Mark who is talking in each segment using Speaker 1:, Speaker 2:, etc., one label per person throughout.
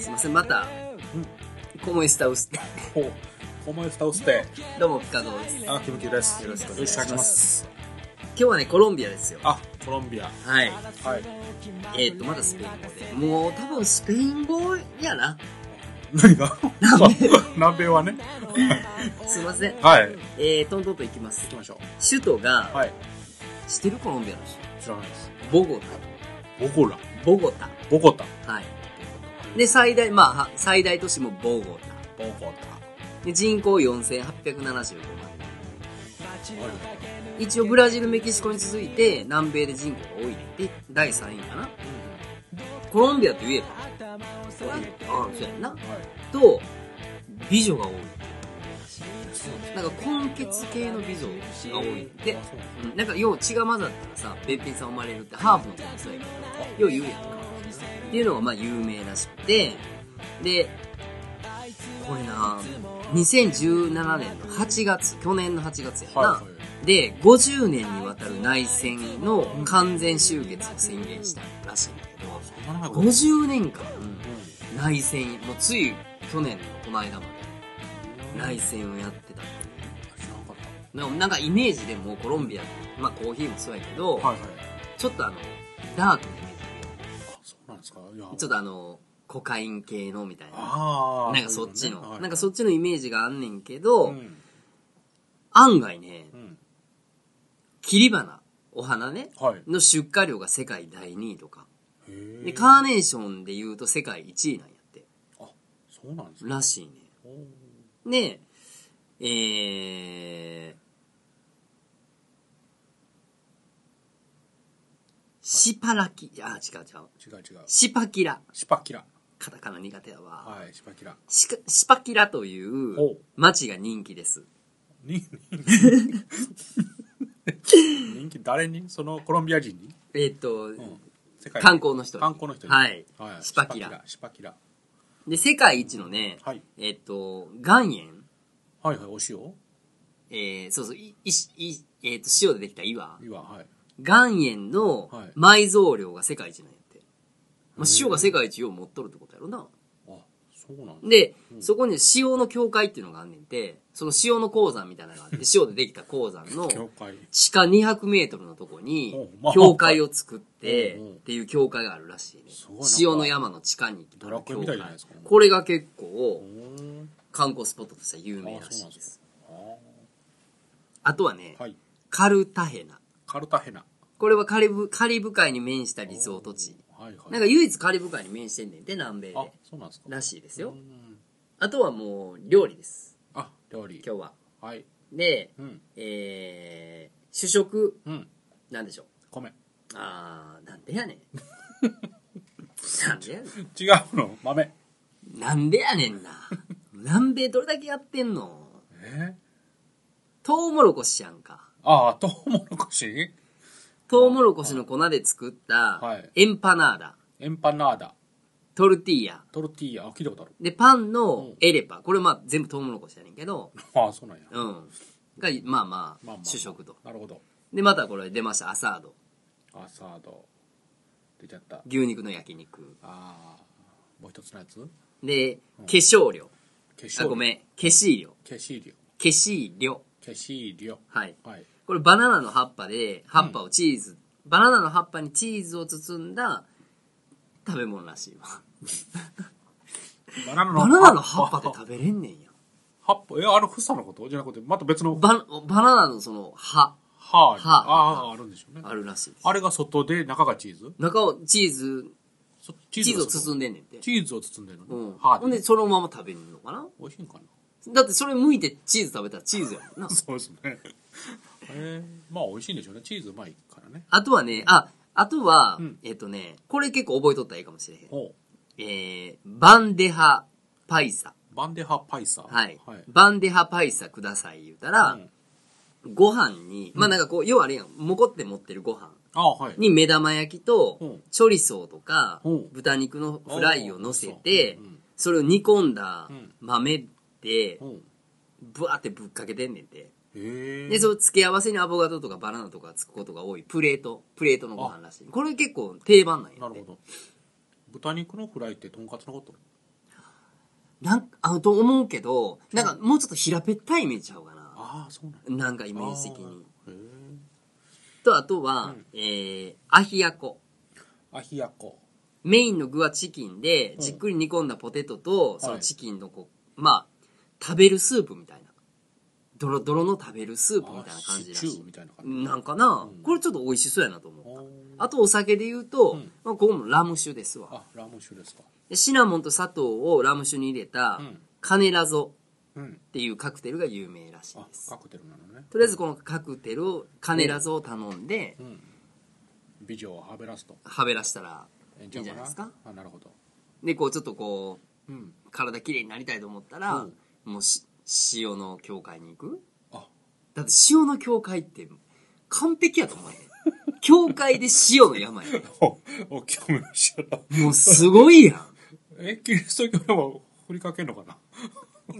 Speaker 1: すいませんまた、コモイスタウス
Speaker 2: ほう。思いを倒して、
Speaker 1: どうもピカドーです
Speaker 2: あ、キムキュです。
Speaker 1: よろしくお
Speaker 2: よ
Speaker 1: 願い
Speaker 2: ろ
Speaker 1: し
Speaker 2: しく
Speaker 1: ます
Speaker 2: お願いします。
Speaker 1: 今日はねコロンビアですよ
Speaker 2: あ、コロンビア。
Speaker 1: はい
Speaker 2: はい。
Speaker 1: えっ、とまだスペイン語でもう多分スペイン語やな
Speaker 2: 何が 南米はね。
Speaker 1: すいません
Speaker 2: はい。行
Speaker 1: えー、トントンと行きます
Speaker 2: きましょ
Speaker 1: 首都が、
Speaker 2: う。はい。
Speaker 1: 知ってるコロンビアの
Speaker 2: 知らないです。
Speaker 1: 首都ボゴ
Speaker 2: ボコラ。
Speaker 1: タボゴタ
Speaker 2: ボコタ。
Speaker 1: はいで最大まあは最大都市もボゴタ
Speaker 2: ボコ
Speaker 1: で人口4875万人一応ブラジルメキシコに続いて南米で人口が多いって第3位かなコロンビアといえばあそう やんな
Speaker 2: タ。はい。
Speaker 1: と美女が多いなんか混血系の美女が多いって
Speaker 2: あそうなん
Speaker 1: うんなんかよう血が混ざったらさべっぴんさん生まれるってハーフの時もそうやけどよう言うやんかっていうのがまあ有名らしくてでこれな2017年の8月去年の8月やな、
Speaker 2: は
Speaker 1: で50年にわたる内戦の完全終結を宣言したらしいんだけど
Speaker 2: い。はい。うん。
Speaker 1: 50年間内戦もうつい去年のこの間まで内戦をやってた
Speaker 2: 知らなかっ
Speaker 1: ななんかイメージでもうコロンビアまあコーヒーもそうやけど、
Speaker 2: た。はいはい。
Speaker 1: ちょっとあのダークなイメー
Speaker 2: あ、そうなんですかいや。
Speaker 1: ジちょっとあのコカイン系のみたいな
Speaker 2: ああ。
Speaker 1: なんかそっちの、
Speaker 2: はい
Speaker 1: なんかそっちのイメージがあんねんけど、
Speaker 2: うん。
Speaker 1: 案外ね
Speaker 2: うん。
Speaker 1: 切り花お花ね
Speaker 2: はい。へ
Speaker 1: の出荷量が世界第2位とか
Speaker 2: え
Speaker 1: で、カーネーションで言うと世界1位なんやって。
Speaker 2: そうなんですか。
Speaker 1: らしい
Speaker 2: おー
Speaker 1: ね。で、えー、シパラキ、あ、違う違う。
Speaker 2: 違う違う。
Speaker 1: シパキラ。
Speaker 2: シパキラ。
Speaker 1: カタカナ苦手やわ。
Speaker 2: はい、シパキラ。
Speaker 1: シカシパキラとい
Speaker 2: ほ
Speaker 1: う
Speaker 2: う
Speaker 1: 街が人気です。
Speaker 2: に人気誰にそのコロンビア人に、
Speaker 1: えっ、と、
Speaker 2: うん、世界
Speaker 1: 観光の人に
Speaker 2: 観光の人に
Speaker 1: はい
Speaker 2: はい、
Speaker 1: シパキラ
Speaker 2: シパキラ
Speaker 1: で、世界一のね、
Speaker 2: はい
Speaker 1: えっ、と、岩塩、
Speaker 2: はいはいお塩
Speaker 1: えー、そうそう、い、い、い、えっ、と、塩でできた岩。
Speaker 2: 岩はい
Speaker 1: 岩塩の
Speaker 2: はい
Speaker 1: 埋蔵量が世界一なんやって。まあ、塩が世界一を持っとるってことやろな。
Speaker 2: あそうなんだ
Speaker 1: で、そこに塩の境界っていうのがあんねんて、その塩の鉱山みたいなのがあ って、塩でできた鉱山の
Speaker 2: 教会
Speaker 1: 地下200メートルのとこに
Speaker 2: おま、あ
Speaker 1: 境界を作って、
Speaker 2: うんうん
Speaker 1: っていう境界があるらしいね
Speaker 2: すごいな。
Speaker 1: 塩の山の地下に。
Speaker 2: ドラクエみたいじゃないですか
Speaker 1: これが結
Speaker 2: う
Speaker 1: 構
Speaker 2: ーん
Speaker 1: 観光スポットとしては有
Speaker 2: あ
Speaker 1: 名ら
Speaker 2: そう
Speaker 1: し
Speaker 2: ないん
Speaker 1: で
Speaker 2: ですす。か
Speaker 1: あとはね
Speaker 2: あ、はい
Speaker 1: カルタヘナ。
Speaker 2: カルタヘナ
Speaker 1: これはカリブ、カリブ海に面したリゾート地。
Speaker 2: はいはい
Speaker 1: なんか唯一カリブ海に面してんねんて、南米
Speaker 2: あ
Speaker 1: で。
Speaker 2: そうなんですから
Speaker 1: しいですよ
Speaker 2: う。ん
Speaker 1: あとはもう、料理です。
Speaker 2: あ料理
Speaker 1: 今日は。
Speaker 2: はい
Speaker 1: で、
Speaker 2: うん
Speaker 1: えー、主食、
Speaker 2: うん
Speaker 1: なんでしょう。
Speaker 2: 米
Speaker 1: あー、なんでやねん。 なんでやね
Speaker 2: 違うの豆
Speaker 1: ん。なんでやねんな。南米どれだけやってんの
Speaker 2: えー、
Speaker 1: トウモロコシやんか。
Speaker 2: あトウモロコシ
Speaker 1: トウモロコシの粉で作った
Speaker 2: はい、
Speaker 1: エンパナーダ、
Speaker 2: エンパナーダ
Speaker 1: トルティーヤ、
Speaker 2: トルティーヤあ聞いたことある
Speaker 1: で、パンのエレパ。これまあ全部トウモロコシやねんけど、
Speaker 2: あそうなんや
Speaker 1: うん。が、まあま
Speaker 2: まあ
Speaker 1: あ
Speaker 2: まあ、
Speaker 1: 主食と。
Speaker 2: なるほど
Speaker 1: で、またこれ出ました、アサード。
Speaker 2: あサード出ちゃった
Speaker 1: 牛肉の焼肉。
Speaker 2: あーもう一つのやつ
Speaker 1: で、化粧料。
Speaker 2: ケシ
Speaker 1: あ、ご
Speaker 2: ん
Speaker 1: めん。化し料。
Speaker 2: ケシリオ
Speaker 1: 化し料。
Speaker 2: ケシリオ
Speaker 1: はい。
Speaker 2: はい
Speaker 1: これバナナの葉っぱで、葉っぱをチーズ、バナナの葉っぱにチーズを包んだ食べ物らしいわ。
Speaker 2: バナナ
Speaker 1: バナナの葉っぱって食べれんねんや。
Speaker 2: 葉っぱえあの房のことじゃなくてまた別の葉
Speaker 1: バ、バナナのその葉、
Speaker 2: あ
Speaker 1: 葉
Speaker 2: あーあるんでしょうね
Speaker 1: あるらしいです。
Speaker 2: あれが外で中がチーズ
Speaker 1: 中をチーズ、
Speaker 2: そチ
Speaker 1: チーズを包
Speaker 2: ん
Speaker 1: んでんねんて。
Speaker 2: チーズを包んでるの
Speaker 1: うん。
Speaker 2: ね
Speaker 1: ほ
Speaker 2: 歯
Speaker 1: んで、
Speaker 2: で
Speaker 1: そのまま食べんのかな
Speaker 2: 美味しいんかな
Speaker 1: だってそれ剥いてチーズ食べたらチーズやもんな。
Speaker 2: そうですねえーまあ美味しいんでしょうねチーズうまいからね
Speaker 1: あとはね、あ、あとは、
Speaker 2: ん
Speaker 1: えっ、とね、これ結構覚えとったらいいかもしれへん。
Speaker 2: お
Speaker 1: えー、バンデハパイサ。
Speaker 2: バンデハパイサ
Speaker 1: はい。
Speaker 2: はい
Speaker 1: バンデハパイサください言うたら、
Speaker 2: うん
Speaker 1: ご飯に、まあ、なんかこう、要はあれやん、もこって持ってるご飯
Speaker 2: あはい
Speaker 1: に目玉焼き
Speaker 2: う
Speaker 1: と
Speaker 2: ん、
Speaker 1: チョリソーとか
Speaker 2: うん、
Speaker 1: 豚肉のフライを乗せて
Speaker 2: うんうん、
Speaker 1: それを煮込んだ
Speaker 2: うん
Speaker 1: 豆で
Speaker 2: う、ん
Speaker 1: ぶわってぶっかけてんねんて。
Speaker 2: へえ
Speaker 1: で、その付け合わせにアボカドとかバナナとかつくことが多いプレート、プレートのご飯らしい。これ結構定番なんや
Speaker 2: な
Speaker 1: っ
Speaker 2: る
Speaker 1: て
Speaker 2: ほ。ど。豚肉のフライってとんかつのこと
Speaker 1: なんか、あの、と思うけど、なんかもうちょっと平べったいイメージちゃうかな。
Speaker 2: ああそうなんや
Speaker 1: なんかイメージ的に。
Speaker 2: あーへ
Speaker 1: と、あとは、
Speaker 2: ん
Speaker 1: えー、アヒヤコ。
Speaker 2: えアヒヤコ
Speaker 1: メインの具はチキンで、
Speaker 2: うん
Speaker 1: じっくり煮込んだポテトと、その
Speaker 2: はい
Speaker 1: チキンのこう、まあ、食べるスープみたいな。ドロドロの食べるスープみたいな感じ
Speaker 2: あ
Speaker 1: ら
Speaker 2: シ
Speaker 1: し
Speaker 2: チ
Speaker 1: い
Speaker 2: ュー。みたいな感じ
Speaker 1: なんかな、
Speaker 2: うん
Speaker 1: これちょっと美味しそうやなと思った。
Speaker 2: あ
Speaker 1: あとお酒で言うと、
Speaker 2: うん
Speaker 1: まあ、ここもラム酒です
Speaker 2: ー
Speaker 1: わ。
Speaker 2: あラム酒ですか
Speaker 1: でシナモンと砂糖をラム酒に入れた
Speaker 2: うん、
Speaker 1: カネラゾ
Speaker 2: うん
Speaker 1: っていうカクテルが有名らしい
Speaker 2: あ
Speaker 1: です。
Speaker 2: カクテルなのね
Speaker 1: とりあえずこのカクテルをカネラゾを頼んで
Speaker 2: うん美女をはべらすと
Speaker 1: はべらしたら
Speaker 2: え
Speaker 1: いいん
Speaker 2: ち
Speaker 1: じ
Speaker 2: う
Speaker 1: ゃないですか
Speaker 2: あなるほど
Speaker 1: でこうちょっとこ
Speaker 2: うん
Speaker 1: う体きれいになりたいと思ったら
Speaker 2: うん
Speaker 1: もうし塩の教会に行く
Speaker 2: あ
Speaker 1: だって塩の教会って完璧やと思うよ教会で塩の病や
Speaker 2: おお興味の知ら
Speaker 1: もうすごいやん
Speaker 2: えキリスト教は振りかけんのかな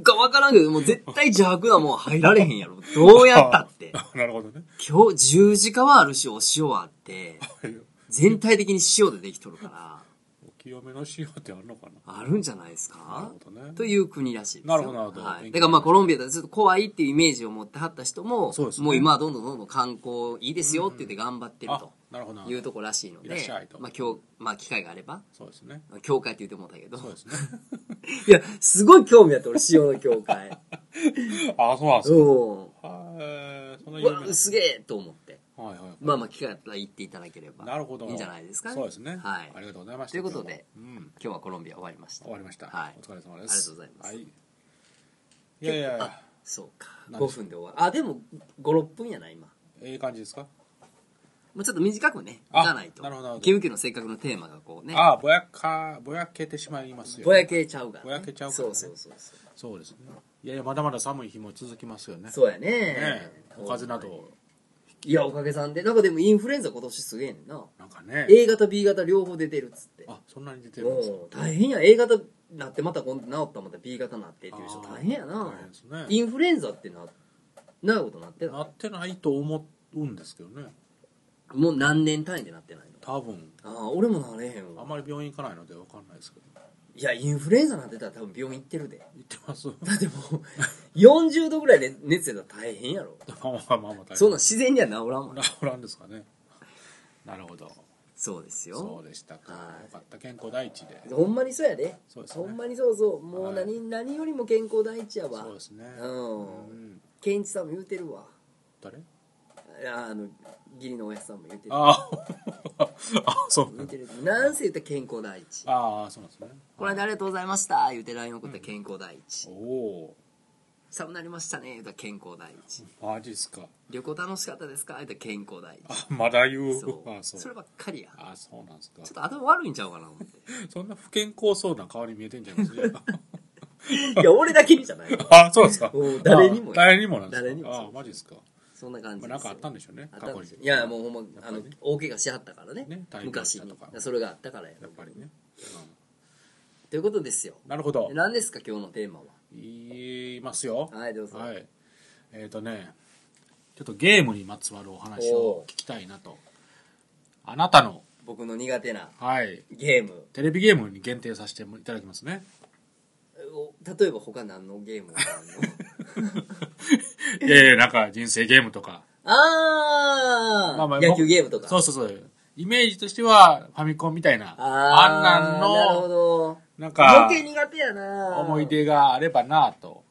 Speaker 1: が分からんけどもう絶対邪悪なもん入られへんやろどうやったって
Speaker 2: なるほどね
Speaker 1: 今日十字架はあるしお塩はあって
Speaker 2: はい
Speaker 1: 全体的に塩でできとるから
Speaker 2: お清めの塩ってあるのかな
Speaker 1: あるんじゃないです
Speaker 2: な
Speaker 1: か
Speaker 2: るほどね
Speaker 1: という国らしいですよ
Speaker 2: なるほどなるほど
Speaker 1: はい、
Speaker 2: 勉強
Speaker 1: だからまあコロンビアだとちょっと怖いっていうイメージを持ってはった人も
Speaker 2: そうですね
Speaker 1: もう今はどんどんどんどん観光いいですよって言って頑張ってる
Speaker 2: あ
Speaker 1: と
Speaker 2: なるほどなるほど
Speaker 1: いうところらしいので
Speaker 2: いらっしゃいと
Speaker 1: まあ、今日まあ機会があれば
Speaker 2: そうですね
Speaker 1: 教会って言ってもうたけど
Speaker 2: そうですね
Speaker 1: いやすごい興味あって俺塩の教会
Speaker 2: あ そうなんですか
Speaker 1: う
Speaker 2: はいそんなん有名な
Speaker 1: わすげえと思って
Speaker 2: はいはい
Speaker 1: まあまあ機会あったら行っていただければ
Speaker 2: なるほど。
Speaker 1: いいんじゃないですかね
Speaker 2: そうですね。
Speaker 1: はい、
Speaker 2: ありがとうございました。
Speaker 1: ということで
Speaker 2: 今日もうん。
Speaker 1: 今日はコロンビア終わりました
Speaker 2: 終わりました。
Speaker 1: はい
Speaker 2: お疲れ様です。
Speaker 1: ありがとうございます
Speaker 2: はい。いやいやいや
Speaker 1: あ、そうか
Speaker 2: 何
Speaker 1: 5
Speaker 2: ですか
Speaker 1: 分で終わるあでも56分やな今
Speaker 2: ええ感じですか
Speaker 1: もうちょっと短くね、い
Speaker 2: あ
Speaker 1: かないと。
Speaker 2: なるほどなるほど
Speaker 1: キムキのせっかくのテーマがこうね、
Speaker 2: ああ、ぼやか、ぼやけてしまいますよ。
Speaker 1: ぼや。けちゃうから、ね。
Speaker 2: ぼやけちゃうか
Speaker 1: そ
Speaker 2: ら
Speaker 1: う
Speaker 2: ね
Speaker 1: そうそうそう。
Speaker 2: そうですね。いやいや、まだまだ寒い日も続きますよね。
Speaker 1: そうやね
Speaker 2: ねお風邪な。ど、
Speaker 1: いや、おかげさんで。なんかでもインフルエンザ今年すげえねんな。
Speaker 2: なんかね。
Speaker 1: A 型、B 型両方出てるっつって。
Speaker 2: あ、そんなに出てるんですか
Speaker 1: もう大変や。A 型なってまた今度治ったらまた B 型なってっていう人
Speaker 2: あー
Speaker 1: 大変やな
Speaker 2: 大。変ですね。
Speaker 1: インフルエンザってな、なることなって
Speaker 2: な
Speaker 1: な
Speaker 2: ってないと思うんですけどね。
Speaker 1: い。もう何年単位でなってないの。
Speaker 2: 多分、
Speaker 1: ああ、俺もなれへん
Speaker 2: あ
Speaker 1: わ。
Speaker 2: まり病院行かないのでわかんないですけど。
Speaker 1: いや、インフルエンザなってたら多分病院行ってるで。
Speaker 2: 行って ます。 ま
Speaker 1: だってもう、40度ぐらいで熱出たら大変やろ。
Speaker 2: あまあまあまあ大変。
Speaker 1: そんなん自然には治らんもん
Speaker 2: ラオランですかねなるほど
Speaker 1: そうです
Speaker 2: そ
Speaker 1: よ
Speaker 2: うでしたか、
Speaker 1: はい
Speaker 2: よかった健康第一で
Speaker 1: ほんまにそうやで
Speaker 2: そうですね
Speaker 1: ほんまにそうそうもう
Speaker 2: はい
Speaker 1: 何,、何よりも健康第一やわ
Speaker 2: そうですね
Speaker 1: うん
Speaker 2: うん
Speaker 1: 健一さんも言うてるわ
Speaker 2: 誰
Speaker 1: ああの義理のおやっさんも言うてる
Speaker 2: あ あそう
Speaker 1: 言う
Speaker 2: な
Speaker 1: ん
Speaker 2: だ
Speaker 1: てるなんせ言ったら健康第一
Speaker 2: ああそうなんですね
Speaker 1: これでありがとうございました言うて LINE 送ったら健康第一、
Speaker 2: おお
Speaker 1: 寒なりましたね言うたら健康第一
Speaker 2: ーマジっすか
Speaker 1: 旅行楽しかったですか言うたら健康第一
Speaker 2: あまだ言う
Speaker 1: そう
Speaker 2: あそう
Speaker 1: そればっかりや
Speaker 2: あそうなんですか
Speaker 1: ちょっと頭悪いんちゃうかな思って
Speaker 2: そんな不健康そうな顔に見えてんじゃない ですか
Speaker 1: いや俺だけにじゃない
Speaker 2: あそうですか
Speaker 1: うん誰にも
Speaker 2: あ誰にもなんですか
Speaker 1: 誰にもそう
Speaker 2: あマジっすか、
Speaker 1: そんな感じ
Speaker 2: まあ、
Speaker 1: です
Speaker 2: なんかあったんでしょうね
Speaker 1: あっ
Speaker 2: 過
Speaker 1: たん
Speaker 2: 去
Speaker 1: で
Speaker 2: に
Speaker 1: すよいやもうほんま、あの
Speaker 2: やっぱりね
Speaker 1: 大怪我しはったからね
Speaker 2: ね大病
Speaker 1: 昔
Speaker 2: した
Speaker 1: に
Speaker 2: とか
Speaker 1: それがあったからや
Speaker 2: やっぱりね、
Speaker 1: ということですよ
Speaker 2: うんなるほど
Speaker 1: で何ですか今日のテーマは
Speaker 2: 言いますよ
Speaker 1: はいどうぞ
Speaker 2: はいえっ、とねちょっとゲームにまつわるお話を聞きたいなとあなたの
Speaker 1: 僕の苦手な
Speaker 2: はい
Speaker 1: ゲーム
Speaker 2: テレビゲームに限定させていただきます ね
Speaker 1: お例えば他何のゲームがあるの
Speaker 2: いやいやなんか人生ゲームとか、
Speaker 1: あー、
Speaker 2: まあまあ
Speaker 1: 野球ゲームとか
Speaker 2: そうそうそうイメージとしてはファミコンみたいなあん
Speaker 1: あ
Speaker 2: なん
Speaker 1: ーなる
Speaker 2: の
Speaker 1: ほど
Speaker 2: なんか
Speaker 1: 余計苦手やな
Speaker 2: 思い出があればなと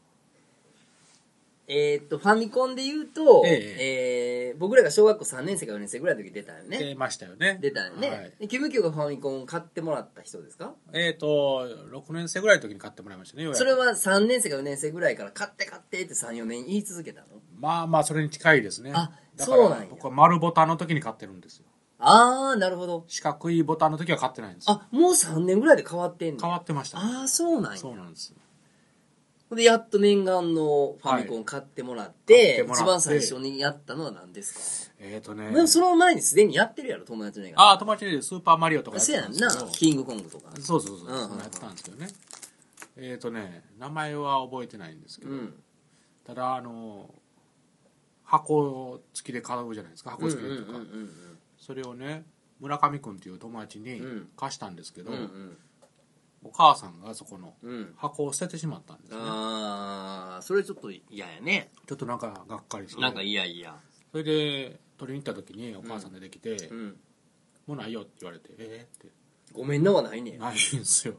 Speaker 1: えーっとファミコンで言うと、
Speaker 2: え
Speaker 1: えー僕らが小学校3年生か4年生ぐらいの時出たよね
Speaker 2: 出ましたよね
Speaker 1: 出たよね、
Speaker 2: はい
Speaker 1: でキムキョがファミコンを買ってもらった人ですか
Speaker 2: えっ、と6年生ぐらいの時に買ってもらいましたねようやく
Speaker 1: それは3年生か4年生ぐらいから買って買ってって34年言い続けたの
Speaker 2: まあまあそれに近いですね
Speaker 1: あ
Speaker 2: だから
Speaker 1: そうなんや
Speaker 2: 僕は丸ボタンの時に買ってるんですよ
Speaker 1: ああなるほど
Speaker 2: 四角いボタンの時は買ってないんですよ
Speaker 1: あもう3年ぐらいで変わってんの
Speaker 2: 変わってました、ね、
Speaker 1: ああそうなんや
Speaker 2: そうなんですよ
Speaker 1: でやっと念願のファミコン買ってもらって,、
Speaker 2: はい買ってもらって
Speaker 1: 一番最初にやったのは何ですか、
Speaker 2: えっ、とね
Speaker 1: でもその前にすでにやってるやろ友達の映画
Speaker 2: ああ友達でスーパーマリオとか
Speaker 1: そうや
Speaker 2: ん
Speaker 1: ん
Speaker 2: です
Speaker 1: な
Speaker 2: けど
Speaker 1: キングコングとか
Speaker 2: そうそうそう、
Speaker 1: うんうんうん
Speaker 2: そんなやってたんですけどねえっ、とね名前は覚えてないんですけ
Speaker 1: う
Speaker 2: ど、
Speaker 1: ん
Speaker 2: ただあの箱付きで買うじゃないですか
Speaker 1: うん
Speaker 2: 箱
Speaker 1: うんうん
Speaker 2: 付きでとか、
Speaker 1: うん
Speaker 2: それをね村上君っていう友達に
Speaker 1: うん
Speaker 2: 貸したんですけど、
Speaker 1: うんうん
Speaker 2: お母さんがそこの
Speaker 1: うん
Speaker 2: 箱を捨ててしまったんですね
Speaker 1: ああそれちょっと嫌やね
Speaker 2: ちょっとなんかがっかりして
Speaker 1: なんか嫌嫌
Speaker 2: それで取りに行った時にお母さん出てきて「
Speaker 1: うん
Speaker 2: もうないよ」って言われて「えっ?」って
Speaker 1: ごめんなはないねん
Speaker 2: 「ないんですよ」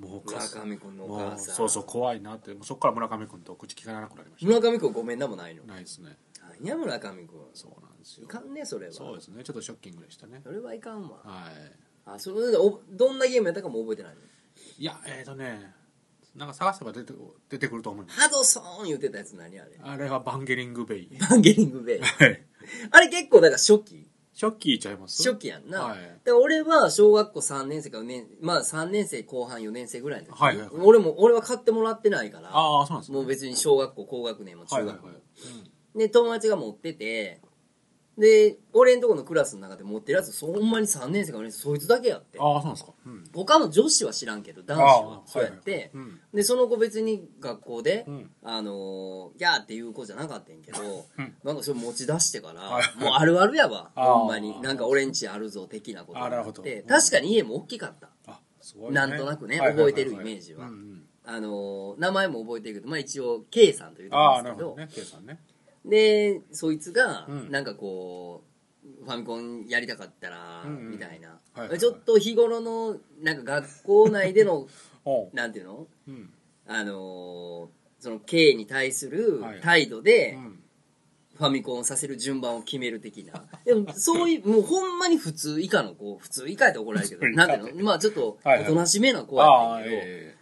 Speaker 2: もうお母
Speaker 1: 村
Speaker 2: さん
Speaker 1: 上君のお
Speaker 2: も
Speaker 1: 母
Speaker 2: う
Speaker 1: さん
Speaker 2: そうそう怖いなってもうそこから村上君と口聞かなくなりまし
Speaker 1: 村上君ごめんなもないの
Speaker 2: た
Speaker 1: な
Speaker 2: ないですね
Speaker 1: んや村上君
Speaker 2: そうなんです
Speaker 1: い
Speaker 2: よ
Speaker 1: かんねそれは
Speaker 2: そうですねちょっとショッキングでしたね
Speaker 1: それはいかんわ
Speaker 2: は
Speaker 1: あそれおどんなゲームやったかも覚えてないの
Speaker 2: いいやえっ、ー、とねなんか探せば出て出てくると思います
Speaker 1: ハドソーン言ってたやつ何あれ
Speaker 2: あれはバンゲリングベイ
Speaker 1: バンゲリン グベイ
Speaker 2: はい
Speaker 1: あれ結構だから初期
Speaker 2: ショッキーちゃいます
Speaker 1: 初期やんな、
Speaker 2: はい
Speaker 1: で俺は小学校3年生か4年まあ3年生後半4年生ぐらいの時、
Speaker 2: はいはいはい
Speaker 1: 俺も俺は買ってもらってないから
Speaker 2: ああそうなんですね
Speaker 1: もう別に小学校高学年も
Speaker 2: は
Speaker 1: 中
Speaker 2: い
Speaker 1: 学
Speaker 2: はい
Speaker 1: 年も、
Speaker 2: はい、うん
Speaker 1: で友達が持っててで俺んとこのクラスの中で持ってるやつそほんまに3年生か4年生そいつだけやって
Speaker 2: ああそうなんですかうん
Speaker 1: 他の女子は知らんけど男子はそうやって、
Speaker 2: ああはいはいはい
Speaker 1: でその子別に学校で、
Speaker 2: うん
Speaker 1: あのー、ギャーっていう子じゃなかったんやけど、
Speaker 2: うん
Speaker 1: なんかそれ持ち出してから、
Speaker 2: はいはい
Speaker 1: もうあるあるやわ
Speaker 2: あー
Speaker 1: ほんまになんか俺んちあるぞ的なことに
Speaker 2: あー
Speaker 1: な
Speaker 2: なるほ
Speaker 1: っ
Speaker 2: ど
Speaker 1: て
Speaker 2: うん
Speaker 1: 確かに家も大きかった
Speaker 2: あすごいね
Speaker 1: なんとなくね
Speaker 2: はいはいはいはい
Speaker 1: 覚えてるイメージは
Speaker 2: うんうん
Speaker 1: あのー名前も覚えてるけど、まあ、一応 K さんというとこ
Speaker 2: ああ
Speaker 1: なんで
Speaker 2: なる
Speaker 1: すけど
Speaker 2: ほどね K さんね
Speaker 1: でそいつが
Speaker 2: うん
Speaker 1: なんかこう、ファミコンやりたかったら、
Speaker 2: うんうん
Speaker 1: みたいな、
Speaker 2: はいはい
Speaker 1: ちょっと日頃のなんか学校内で の
Speaker 2: おう
Speaker 1: なんていうの
Speaker 2: うん
Speaker 1: あのーその K に対する
Speaker 2: はい
Speaker 1: 態度で
Speaker 2: うん
Speaker 1: ファミコンをさせる順番を決める的な。でも、そういう、もうほんまに普通以下の子、普通以下やって怒られるけど、
Speaker 2: 普通以
Speaker 1: な
Speaker 2: 下
Speaker 1: んていうのまあちょっと、
Speaker 2: はいは
Speaker 1: お
Speaker 2: い
Speaker 1: となしめな子やった
Speaker 2: ああ
Speaker 1: けど、
Speaker 2: え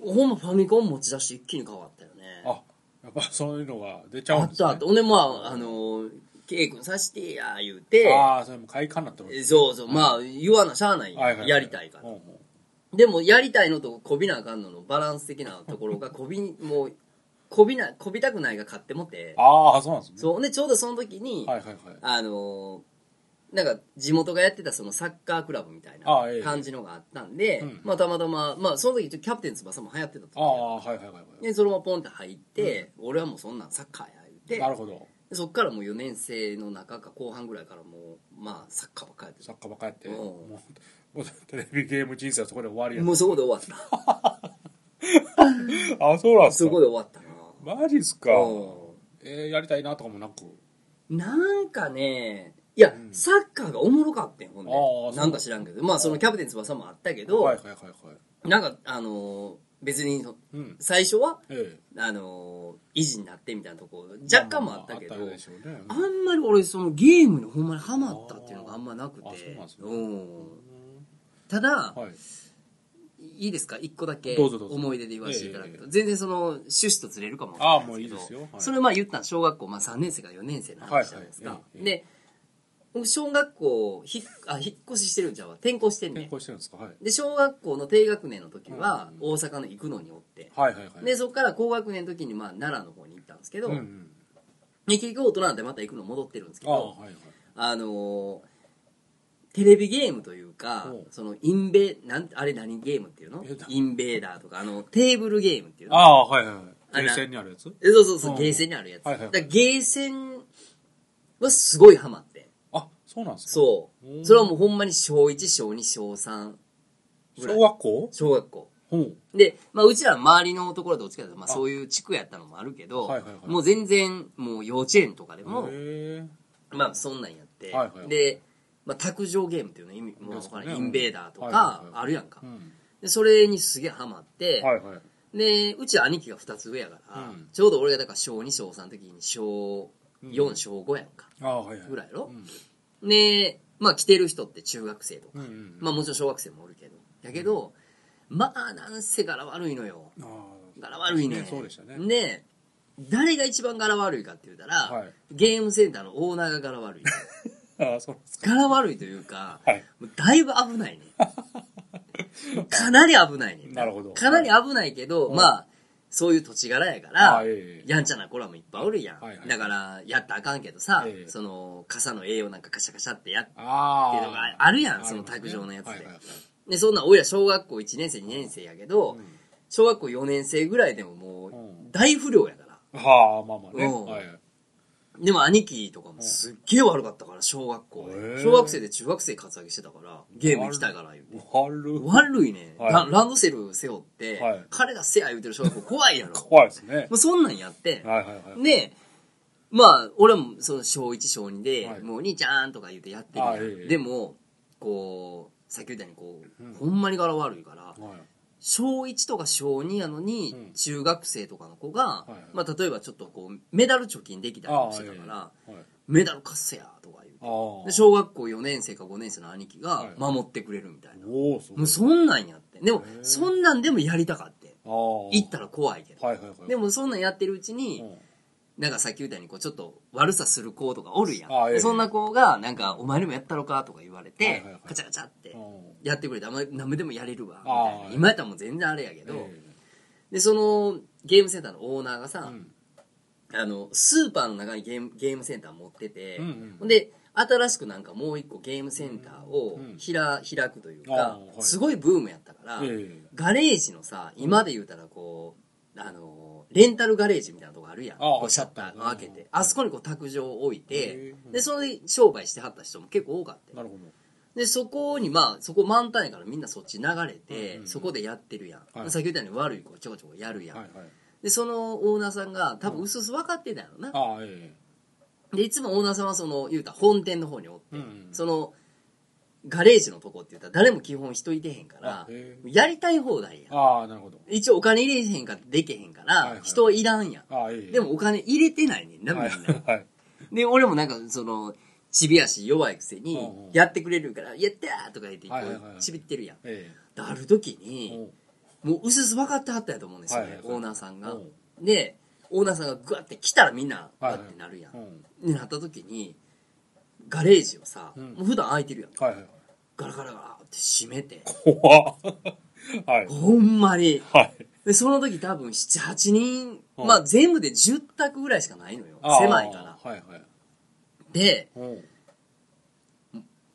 Speaker 1: ほんまファミコン持ち出して一気に変わったよね
Speaker 2: え。あやっぱそういうのが出ちゃ
Speaker 1: あ
Speaker 2: うん
Speaker 1: っ
Speaker 2: ですね
Speaker 1: たあった。ほんで、まあ、あのー、K 君さしてや、言うて、
Speaker 2: ああそれも快感になってます
Speaker 1: えそうそう、まあ、言わなしゃあない
Speaker 2: はいはいは
Speaker 1: やりたいから
Speaker 2: お。うおう
Speaker 1: でも、やりたいのとこびなあかんののバランス的なとこ ろが、こびに、もう、こびな、こびたくないが勝ってもって、
Speaker 2: ああそうなんですね
Speaker 1: そう。で、ちょうどその時に、
Speaker 2: はいはいはい
Speaker 1: あのーなんか、地元がやってたそのサッカークラブみたい
Speaker 2: あええ
Speaker 1: な感じのがあったんで、
Speaker 2: うん
Speaker 1: まあ、たまたま、まあ、その時、キャプテン翼も流行ってた
Speaker 2: あ
Speaker 1: と。
Speaker 2: あはいはいはいは
Speaker 1: で、そのままポンって入って、俺はもうそんなんサッカーや、
Speaker 2: い
Speaker 1: 言
Speaker 2: な
Speaker 1: う
Speaker 2: る
Speaker 1: て、
Speaker 2: ほど
Speaker 1: でそっからもう4年生の中か後半ぐらいからもう、まあ、サッカーばっかりやって
Speaker 2: 作家ばっかやって
Speaker 1: うん
Speaker 2: もうもうテレビゲーム人生はそこで終わり
Speaker 1: た。も
Speaker 2: や
Speaker 1: うそこで終わった。
Speaker 2: あそうなんです
Speaker 1: そ
Speaker 2: か
Speaker 1: こで終わったな。
Speaker 2: マジっすか
Speaker 1: う
Speaker 2: えーやりたいなとかもなく
Speaker 1: んなんかね、いや、
Speaker 2: ん
Speaker 1: サッカーがおもろかったん、ほん
Speaker 2: ああそう
Speaker 1: で。なんか知らんけど、まあ、そのキャプテン翼もあったけど、
Speaker 2: はいはいはいはい
Speaker 1: なんか、あのー別に、
Speaker 2: うん
Speaker 1: 最初は、
Speaker 2: え
Speaker 1: あのー維持になってみたいなとこ
Speaker 2: え
Speaker 1: 若干もあったけど、
Speaker 2: ま
Speaker 1: あ
Speaker 2: まああったでしょうねうん
Speaker 1: んまり俺そのゲームにほんまにハマったっていうのがあんまなくて
Speaker 2: あーあそうなんですね
Speaker 1: うんただ、
Speaker 2: はい
Speaker 1: い、いですか一個だけ
Speaker 2: どうぞどうぞ
Speaker 1: 思い出で言わせていただくと、
Speaker 2: ええ
Speaker 1: 全然その趣旨とずれるかも
Speaker 2: ああ
Speaker 1: わかんな
Speaker 2: もういい
Speaker 1: け
Speaker 2: で
Speaker 1: ど
Speaker 2: すよはい
Speaker 1: それまあ言ったら小学校、まあ、3年生から4年生の話じゃないですか、
Speaker 2: はいはいええええ
Speaker 1: で僕小学校ひっあ引っ越ししてるんちゃうわ転校してんね
Speaker 2: 転
Speaker 1: ん
Speaker 2: 校してるんですかはい
Speaker 1: で小学校の低学年の時は
Speaker 2: うん
Speaker 1: 大阪の行くのにおって、
Speaker 2: はいはいはい
Speaker 1: でそこから高学年の時にまあ奈良の方に行ったんですけど、
Speaker 2: うんうん
Speaker 1: で結局大人になんてまた行くの戻ってるんですけ
Speaker 2: ああ
Speaker 1: ど
Speaker 2: はいはい
Speaker 1: あ、のーテレビゲームというか
Speaker 2: おう
Speaker 1: そのインベなんあれ何ゲームっていうの
Speaker 2: えだ
Speaker 1: インベーダーとかあのテーブルゲームっていう
Speaker 2: あ
Speaker 1: の
Speaker 2: あはいはいはい
Speaker 1: あ
Speaker 2: 冷
Speaker 1: な
Speaker 2: 静にあるやつ
Speaker 1: えそうそうそう
Speaker 2: おう
Speaker 1: ゲーセンにあるやつ、
Speaker 2: はいはいはい
Speaker 1: だからゲーセンはすごいハマって
Speaker 2: あそうなんですか
Speaker 1: そ
Speaker 2: おう
Speaker 1: うそれはもうほんまに小1小2小3ぐら
Speaker 2: 小
Speaker 1: い
Speaker 2: 学校
Speaker 1: 小学校
Speaker 2: ほう
Speaker 1: で、まあ、うちらの周りのところでどっちかというと、まあ、
Speaker 2: あ
Speaker 1: そういう地区やったのもあるけど、
Speaker 2: はいはいはい
Speaker 1: もう全然、もう幼稚園とかでも、
Speaker 2: へ
Speaker 1: まあ、そんなんやって、
Speaker 2: はいはい
Speaker 1: で、まあ、卓上ゲームっていうの意味も
Speaker 2: で
Speaker 1: わ
Speaker 2: す
Speaker 1: か
Speaker 2: かね
Speaker 1: らないインベーダーと
Speaker 2: はいはい
Speaker 1: か
Speaker 2: はい
Speaker 1: あるやんか、
Speaker 2: えうん
Speaker 1: でそれにすげえハマって、
Speaker 2: はいはい
Speaker 1: でうち兄貴が2つ上やから、
Speaker 2: うん
Speaker 1: ちょうど俺がだから小2小3の時に小4、
Speaker 2: うん
Speaker 1: 小5やんか
Speaker 2: ああはいはい
Speaker 1: ぐらいやろ
Speaker 2: う、ん
Speaker 1: でまあ来てる人って中学生とか、
Speaker 2: うんうん
Speaker 1: まあもちろん小学生もおるけどやけど、まあなんせ柄悪いのよ
Speaker 2: ああ
Speaker 1: 柄悪いね
Speaker 2: そうでしたね
Speaker 1: ね誰が一番柄悪いかって言ったら、
Speaker 2: はい
Speaker 1: ゲームセンターのオーナーが柄悪い
Speaker 2: ああそうなんです
Speaker 1: 柄悪いというか、
Speaker 2: はい
Speaker 1: もうだいぶ危ないね かなり危ないね
Speaker 2: なるほど
Speaker 1: かなり危ないけど、
Speaker 2: はい
Speaker 1: まあそういう土地柄やか
Speaker 2: あ
Speaker 1: ら、
Speaker 2: ええ
Speaker 1: やんちゃな子らもいっぱいおるやん、
Speaker 2: はいはい
Speaker 1: だからやったらあかんけどさ、
Speaker 2: ええ
Speaker 1: その傘の栄養なんかカシャカシャってやっ
Speaker 2: ああ
Speaker 1: っていうのがあるやんその
Speaker 2: あります
Speaker 1: 卓
Speaker 2: ね
Speaker 1: 上のやつで
Speaker 2: はいはいはい
Speaker 1: でそんなん親小学校1年生2年生やけど、
Speaker 2: うん
Speaker 1: 小学校4年生ぐらいでもも
Speaker 2: う
Speaker 1: う大不良やから、
Speaker 2: はあまあまあね
Speaker 1: うん
Speaker 2: はい
Speaker 1: でも兄貴とかもすっげえ悪かったから、小学校
Speaker 2: へー
Speaker 1: で。小学生で中学生カツアゲしてたから、ゲーム行きたいから言うて。
Speaker 2: 悪い
Speaker 1: 悪いね、
Speaker 2: はい
Speaker 1: ラランドセル背負って、
Speaker 2: はい
Speaker 1: 彼がせや言うてる小学 校怖いやろ。も
Speaker 2: 怖いですね
Speaker 1: うそんなんやって、
Speaker 2: はいはいはい
Speaker 1: で、まあ、俺もその小1小2で、
Speaker 2: はい
Speaker 1: もうお兄ちゃんとか言ってやってるやん
Speaker 2: あええええ
Speaker 1: でも、こう、さっき言ったようにこう、
Speaker 2: うん
Speaker 1: ほんまに柄悪いから、
Speaker 2: はい
Speaker 1: 小1とか小2やのに、
Speaker 2: うん
Speaker 1: 中学生とかの子が、
Speaker 2: いはい
Speaker 1: まあ、例えばちょっとこう、メダル貯金できたり
Speaker 2: あ
Speaker 1: も
Speaker 2: あ
Speaker 1: し
Speaker 2: え
Speaker 1: てた
Speaker 2: え
Speaker 1: から、
Speaker 2: はい
Speaker 1: メダル貸せやとか言うて
Speaker 2: ああ
Speaker 1: で小学校4年生か5年生の兄貴
Speaker 2: は
Speaker 1: が
Speaker 2: い
Speaker 1: 守ってくれるみたいな、
Speaker 2: おおすごい
Speaker 1: もうそんなんやってでも
Speaker 2: へえ
Speaker 1: そんなんでもやりたかって
Speaker 2: ああ
Speaker 1: 行ったら怖いけど
Speaker 2: はいはいはい
Speaker 1: でもそんなんやってるうちに、
Speaker 2: うん
Speaker 1: なんかさっき言ったようにこうちょっと悪さする子とかおるやん、
Speaker 2: あええ
Speaker 1: そんな子がなんか「お前にもやったろか?」とか言われて、
Speaker 2: はいはいはい
Speaker 1: カチャカチャって
Speaker 2: うん
Speaker 1: やってくれて「あんま何でもやれるわ」み
Speaker 2: あ
Speaker 1: たいな今やったらもう全然あれやけど、でそのゲームセンターのオーナーがさ、
Speaker 2: うん
Speaker 1: あのスーパーの中にゲームゲームセンター持ってて、
Speaker 2: うんうん
Speaker 1: で新しくなんかもう一個ゲームセンターを
Speaker 2: うん
Speaker 1: ひら、開くというか
Speaker 2: あー、はい
Speaker 1: すごいブームやったから、
Speaker 2: ええ
Speaker 1: ガレージのさ今で言うたらこうあのレンタルガレージみたいなとこあるやん
Speaker 2: あーはい
Speaker 1: こうシャッターを開け
Speaker 2: うん
Speaker 1: てあそこにこう卓上を置い
Speaker 2: へ
Speaker 1: て
Speaker 2: ー
Speaker 1: でそれで商売してはった人も結構多かった
Speaker 2: な
Speaker 1: よ
Speaker 2: るほど
Speaker 1: でそこにまあそこ満タンやからみんなそっち流れて、
Speaker 2: うんうん
Speaker 1: そこでやってるやん、
Speaker 2: はい
Speaker 1: さっき言ったように悪い子ちょこちょこやるやん、
Speaker 2: はいはい
Speaker 1: でそのオーナーさんが多分うすうす分かってたんやろな、
Speaker 2: ああえ
Speaker 1: でいつもオーナーさんはその言うたら本店の方におって、
Speaker 2: うんうん
Speaker 1: そのガレージのとこって言ったら誰も基本人いてへんから
Speaker 2: あへえ
Speaker 1: やりたい放題
Speaker 2: え
Speaker 1: やん
Speaker 2: ああなるほど
Speaker 1: 一応お金入れへんかできへんから、
Speaker 2: はいはい
Speaker 1: 人いらんやん
Speaker 2: ああええ
Speaker 1: でもお金入れてないねんなみん
Speaker 2: は
Speaker 1: な、
Speaker 2: いはい
Speaker 1: で俺もなんかそのちびやし弱いくせに
Speaker 2: うんうん
Speaker 1: やってくれるから「やった!」とか言ってこ
Speaker 2: はいはいは
Speaker 1: う
Speaker 2: い
Speaker 1: ちびってるやん、
Speaker 2: え
Speaker 1: である時
Speaker 2: え
Speaker 1: に
Speaker 2: おう
Speaker 1: もううすうす分かってはったやと思うんですよね、
Speaker 2: はいはいはい
Speaker 1: オーナーさんが
Speaker 2: うん
Speaker 1: でオーナーさんがグワって来たらみんなグワってなるやん、
Speaker 2: うん
Speaker 1: になった時にガレージをさ、
Speaker 2: うん
Speaker 1: もう普段開いてるやん
Speaker 2: はいはい
Speaker 1: ガラガラガラって閉めて
Speaker 2: 怖っはい
Speaker 1: ほんまに
Speaker 2: はい
Speaker 1: でその時多分78人、
Speaker 2: うん
Speaker 1: まあ全部で10択ぐらいしかないのよ
Speaker 2: ああ
Speaker 1: 狭いから
Speaker 2: はいはい
Speaker 1: で
Speaker 2: おう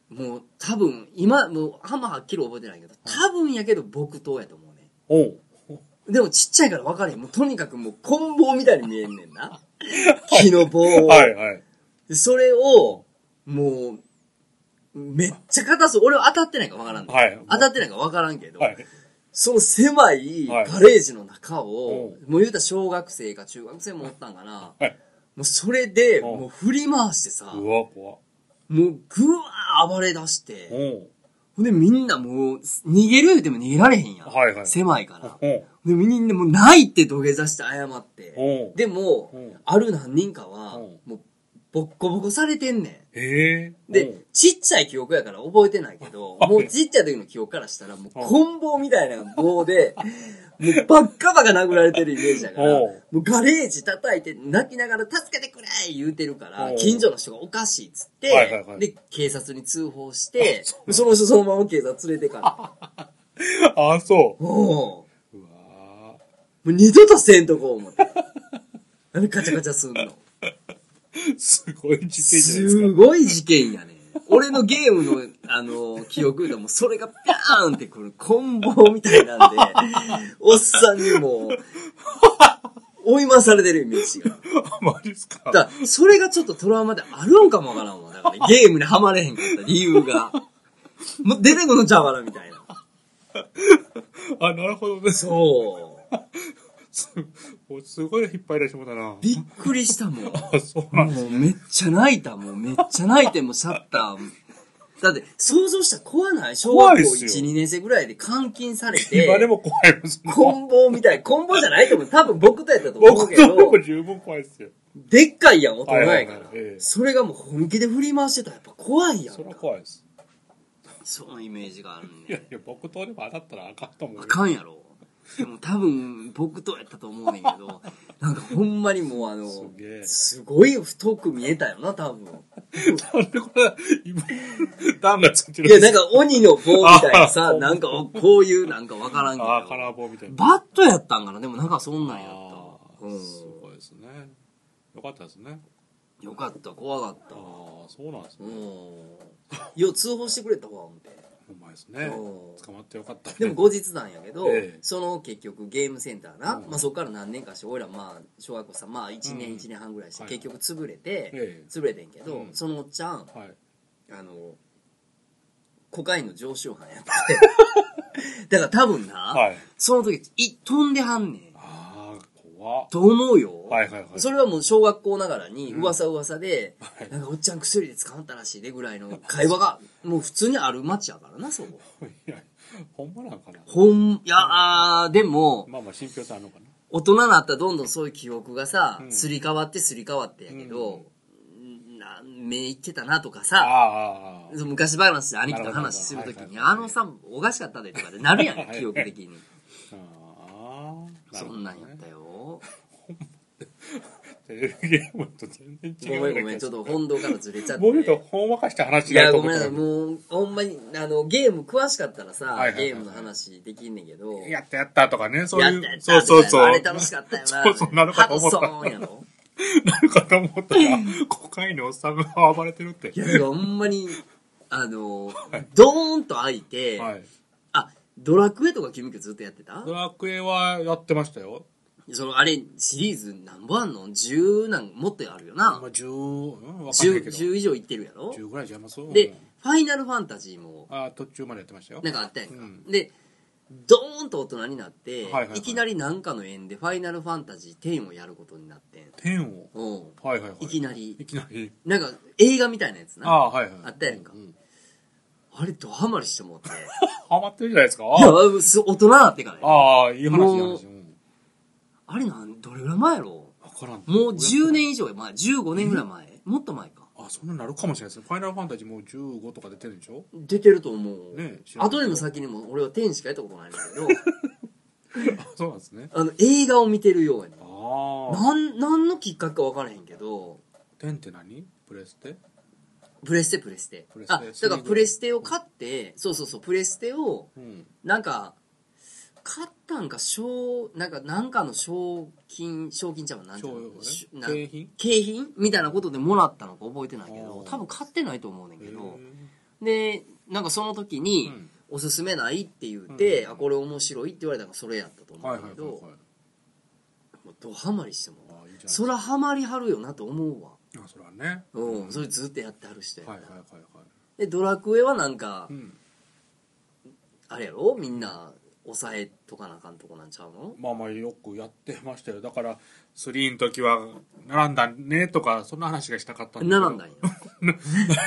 Speaker 1: もう多分今もうあんまはっきり覚えてないけど多分やけど僕とやと思うね
Speaker 2: おう
Speaker 1: でもちっちゃいから分からへんもうとにかくもう棍棒みたいに見えんねん な木の棒を、
Speaker 2: はいはい
Speaker 1: でそれをもうめっちゃ硬そう俺は当たってないから分からんの、
Speaker 2: はい
Speaker 1: 当たってないから分からんけど、
Speaker 2: はい
Speaker 1: その狭い
Speaker 2: はい
Speaker 1: ガレージの中を、
Speaker 2: う
Speaker 1: もう言うたら小学生か中学生もおったんかな、
Speaker 2: はい
Speaker 1: もうそれで、
Speaker 2: うん
Speaker 1: もう振り回してさ、
Speaker 2: う
Speaker 1: も
Speaker 2: わ怖っ
Speaker 1: うぐわー暴れ出して、
Speaker 2: おう
Speaker 1: ほんでみんなもう逃げる言うても逃げられへんやん。
Speaker 2: はいはい
Speaker 1: 狭いから。
Speaker 2: おう
Speaker 1: でみんなもうないって土下座して謝って。
Speaker 2: おう
Speaker 1: でも、
Speaker 2: うん
Speaker 1: ある何人かは、
Speaker 2: うん
Speaker 1: もうボッコボコされてんねん。
Speaker 2: ええ
Speaker 1: で、ちっちゃい記憶やから覚えてないけ ど、もうちっちゃい時の記憶からしたら、もう棍棒みたいな棒で、もうバッカバカ殴られてるイメージやから、
Speaker 2: お
Speaker 1: も
Speaker 2: う
Speaker 1: うガレージ叩いて泣きながら助けてくれ言うてるから
Speaker 2: お、う
Speaker 1: 近所の人がおかしいっつっ
Speaker 2: はいはい
Speaker 1: て
Speaker 2: は、い
Speaker 1: で、警察に通報して、その人そのまま警察連れてから、
Speaker 2: おうあそ
Speaker 1: も
Speaker 2: ううわ
Speaker 1: う、もう二度とせんとこ思って。あのカチャカチャすんの。
Speaker 2: ーすごい事件じゃないです
Speaker 1: すごい事件やね。俺のゲームの、あの、記憶でも、それがピャーンってくる、棍棒みたいなんで、おっさんにもう、追い回されてるイメージが。
Speaker 2: かマジっすか
Speaker 1: だから、それがちょっとトラウマであるんかもわからんわ。だから、ゲームにはまれへんかった理由が。もう出てくんのちゃうかな、みたいな。
Speaker 2: あなるほどねす
Speaker 1: そう。
Speaker 2: おすごい引っ張り出してもらったな
Speaker 1: びっくりしたもん。
Speaker 2: あそうなん
Speaker 1: もうめっちゃ泣いた、もうめっちゃ泣いて、もうシャッター。だって、想像したら怖ない小
Speaker 2: 怖
Speaker 1: 学
Speaker 2: いっ
Speaker 1: 校
Speaker 2: すよ
Speaker 1: 1、2年生ぐらいで監禁されて、
Speaker 2: 今でも怖いもんそんな
Speaker 1: 棍棒みたい。棍棒じゃないと思う。多分僕とやったと思う
Speaker 2: 僕
Speaker 1: け
Speaker 2: とで
Speaker 1: ど
Speaker 2: も、十分怖いっすよ
Speaker 1: でっかいやん、大人やから
Speaker 2: はいはいはいええ。
Speaker 1: それがもう本気で振り回してたらやっぱ怖いやん
Speaker 2: そ
Speaker 1: か
Speaker 2: れは。怖いです
Speaker 1: そのイメージがある
Speaker 2: いやい
Speaker 1: ね。
Speaker 2: や僕とでも当たったらあかんと思うよ
Speaker 1: あかんやろ。でも多分僕とやったと思うねんけど、なんかほんまにもうあの
Speaker 2: すげ、え
Speaker 1: すごい太く見えたよな、多分。
Speaker 2: なんでこれ、今、段がついてる
Speaker 1: いや、なんか鬼の棒みたいなさ、
Speaker 2: あー
Speaker 1: なんかこういうなんかわからんけ
Speaker 2: ああ、カ
Speaker 1: ど。
Speaker 2: ラー棒みたいな。
Speaker 1: バットやったんかなでもなんかそんなんやったわ
Speaker 2: ああ
Speaker 1: うん。
Speaker 2: すごいですね。よかったですね。
Speaker 1: よかった、怖かった
Speaker 2: あ。あ、そうなんです
Speaker 1: う
Speaker 2: ね。
Speaker 1: ん。よ、通報してくれたわ、思って。
Speaker 2: ほんまですね
Speaker 1: そう
Speaker 2: 捕まってよかったね
Speaker 1: でも後日なんやけど、
Speaker 2: ええ
Speaker 1: その結局ゲームセンターな、
Speaker 2: うん
Speaker 1: まあ、そこから何年かして俺らまあ小学校さまあ1
Speaker 2: う
Speaker 1: 年
Speaker 2: ん
Speaker 1: 1年半ぐらいして
Speaker 2: はい
Speaker 1: 結局潰れて、
Speaker 2: ええ
Speaker 1: 潰れてんけど、
Speaker 2: うん
Speaker 1: そのおっちゃん
Speaker 2: はい
Speaker 1: あのコカインの常習犯やって だから多分な、
Speaker 2: はい
Speaker 1: その時い飛んではんねん
Speaker 2: ああ怖っ
Speaker 1: と思うよ、
Speaker 2: はいはいはい
Speaker 1: それはもう小学校ながらに
Speaker 2: うん
Speaker 1: 噂噂で、
Speaker 2: はい
Speaker 1: なんかおっちゃん薬で捕まったらしいでぐらいの会話がもう普通にある街やからなそこ
Speaker 2: いやほんまなんかな
Speaker 1: ほんいやあーでも、
Speaker 2: まあまあ信憑性あるのかな
Speaker 1: 大人になったらどんどんそういう記憶がさ、
Speaker 2: うん
Speaker 1: すり替わってすり替わってやけど、な目いってたなとかさ、
Speaker 2: ああ
Speaker 1: そう昔話で兄貴と話するときに、
Speaker 2: なるほどはいはい
Speaker 1: あのさ、おかしかったでとかでなるやん、
Speaker 2: はい
Speaker 1: 記憶的に。
Speaker 2: ああ
Speaker 1: そんなんやったよ。
Speaker 2: テレビゲームと全然
Speaker 1: ご
Speaker 2: 違う
Speaker 1: めんごめん、ちょっと本堂からずれちゃっ
Speaker 2: 僕と
Speaker 1: て。
Speaker 2: ほんわかした話
Speaker 1: い
Speaker 2: だ
Speaker 1: や、
Speaker 2: と
Speaker 1: ご
Speaker 2: 思
Speaker 1: めん
Speaker 2: っ
Speaker 1: なさ
Speaker 2: たら
Speaker 1: い、もう、ほんまに、あの、ゲーム詳しかったらさ、
Speaker 2: はいはいはい
Speaker 1: ゲームの話できんねんけど、
Speaker 2: やったやったとかね、そうい
Speaker 1: や
Speaker 2: う。
Speaker 1: った
Speaker 2: そ
Speaker 1: や
Speaker 2: う
Speaker 1: った
Speaker 2: そうそう。
Speaker 1: あれ楽しかったよな。
Speaker 2: そうそう、なるかと思った。
Speaker 1: ハドソンやろ
Speaker 2: なるかと思ったら、コカインのおっさんが暴れてるって。
Speaker 1: いや、ほんまに、あの、ドーンと開いて、
Speaker 2: はい。
Speaker 1: あ、ドラクエとか君今日ずっとやってた
Speaker 2: ドラクエはやってましたよ。
Speaker 1: そのあれ、シリーズ何本あんの ?10 なん、もっとあるよな。
Speaker 2: まあ、十、うん、わかんない
Speaker 1: 10,
Speaker 2: けど。
Speaker 1: 10以上いってるやろ
Speaker 2: 十ぐらいじゃいます
Speaker 1: で、ファイナルファンタジーも、
Speaker 2: あ途中までやってましたよ
Speaker 1: な。んかあったやんか。
Speaker 2: うん
Speaker 1: で、ドーンと大人になって、
Speaker 2: はい
Speaker 1: い
Speaker 2: はいはい
Speaker 1: きなりなんかの縁でファイナルファンタジー10をやることになってん。
Speaker 2: 天を。
Speaker 1: うん。
Speaker 2: はいはいはい。
Speaker 1: いきなり
Speaker 2: いきなり。
Speaker 1: なんか映画みたいなやつな。
Speaker 2: あ
Speaker 1: あ
Speaker 2: あ、はいはい。
Speaker 1: ったやんか
Speaker 2: うう
Speaker 1: れ、ドハマりして もって。い
Speaker 2: ハマってるじゃないですか。
Speaker 1: や、す大人になってからや
Speaker 2: ああ、いい話、いい
Speaker 1: もう
Speaker 2: 話。うん
Speaker 1: あれなん、どれぐらい前やろ
Speaker 2: わからん。
Speaker 1: もう10。年以上前、15年ぐらい前、もっと前か。
Speaker 2: あ、そんなになるかもしれないですね。ファイナルファンタジーもう15とか出てるでしょ
Speaker 1: 出てると思う。
Speaker 2: ねえ知らんけど
Speaker 1: 後にも先にも俺は天しかやったことないんだけど、
Speaker 2: あそうなんですね。
Speaker 1: あの、映画を見てるようやね。
Speaker 2: ああ。
Speaker 1: なん、なんのきっかけか分からへんけど、
Speaker 2: 天って何プレステ
Speaker 1: プレステプレステ
Speaker 2: プレ。ステ
Speaker 1: あ、だからプレステを買って、そうそうそう、プレステを、
Speaker 2: うん。
Speaker 1: なんか、買ったんか、賞、なんか、なんかの賞金、賞金ちゃうわなんていうのし
Speaker 2: 賞
Speaker 1: な
Speaker 2: 景品
Speaker 1: 景品みたいなことでもらったのか覚えてないけ
Speaker 2: お
Speaker 1: ど
Speaker 2: ー、
Speaker 1: 多分買ってないと思うねんけ
Speaker 2: へ
Speaker 1: ど、
Speaker 2: ー
Speaker 1: で、なんかその時
Speaker 2: う
Speaker 1: に、
Speaker 2: ん
Speaker 1: おすすめないって言って、
Speaker 2: うん
Speaker 1: あこれ面白いって言われたのがそれやったと思
Speaker 2: は
Speaker 1: う
Speaker 2: い
Speaker 1: ん
Speaker 2: は
Speaker 1: だ
Speaker 2: い
Speaker 1: け
Speaker 2: はい
Speaker 1: ど、
Speaker 2: はい。
Speaker 1: もうドハマりしても
Speaker 2: ああ、いいじゃない
Speaker 1: そらハマりはるよなと思うわ
Speaker 2: あ、それはね。
Speaker 1: うん、それずっとやってはる人やな、
Speaker 2: はいはいはいはい。
Speaker 1: でドラクエはなんか、
Speaker 2: うん。
Speaker 1: あれやろみんな抑えとかなあかんとこなんちゃうの
Speaker 2: まあまあよくやってましたよ。だから、3の時は、並んだねとか、そんな話がしたかった
Speaker 1: 並んだん
Speaker 2: よ。
Speaker 1: や
Speaker 2: な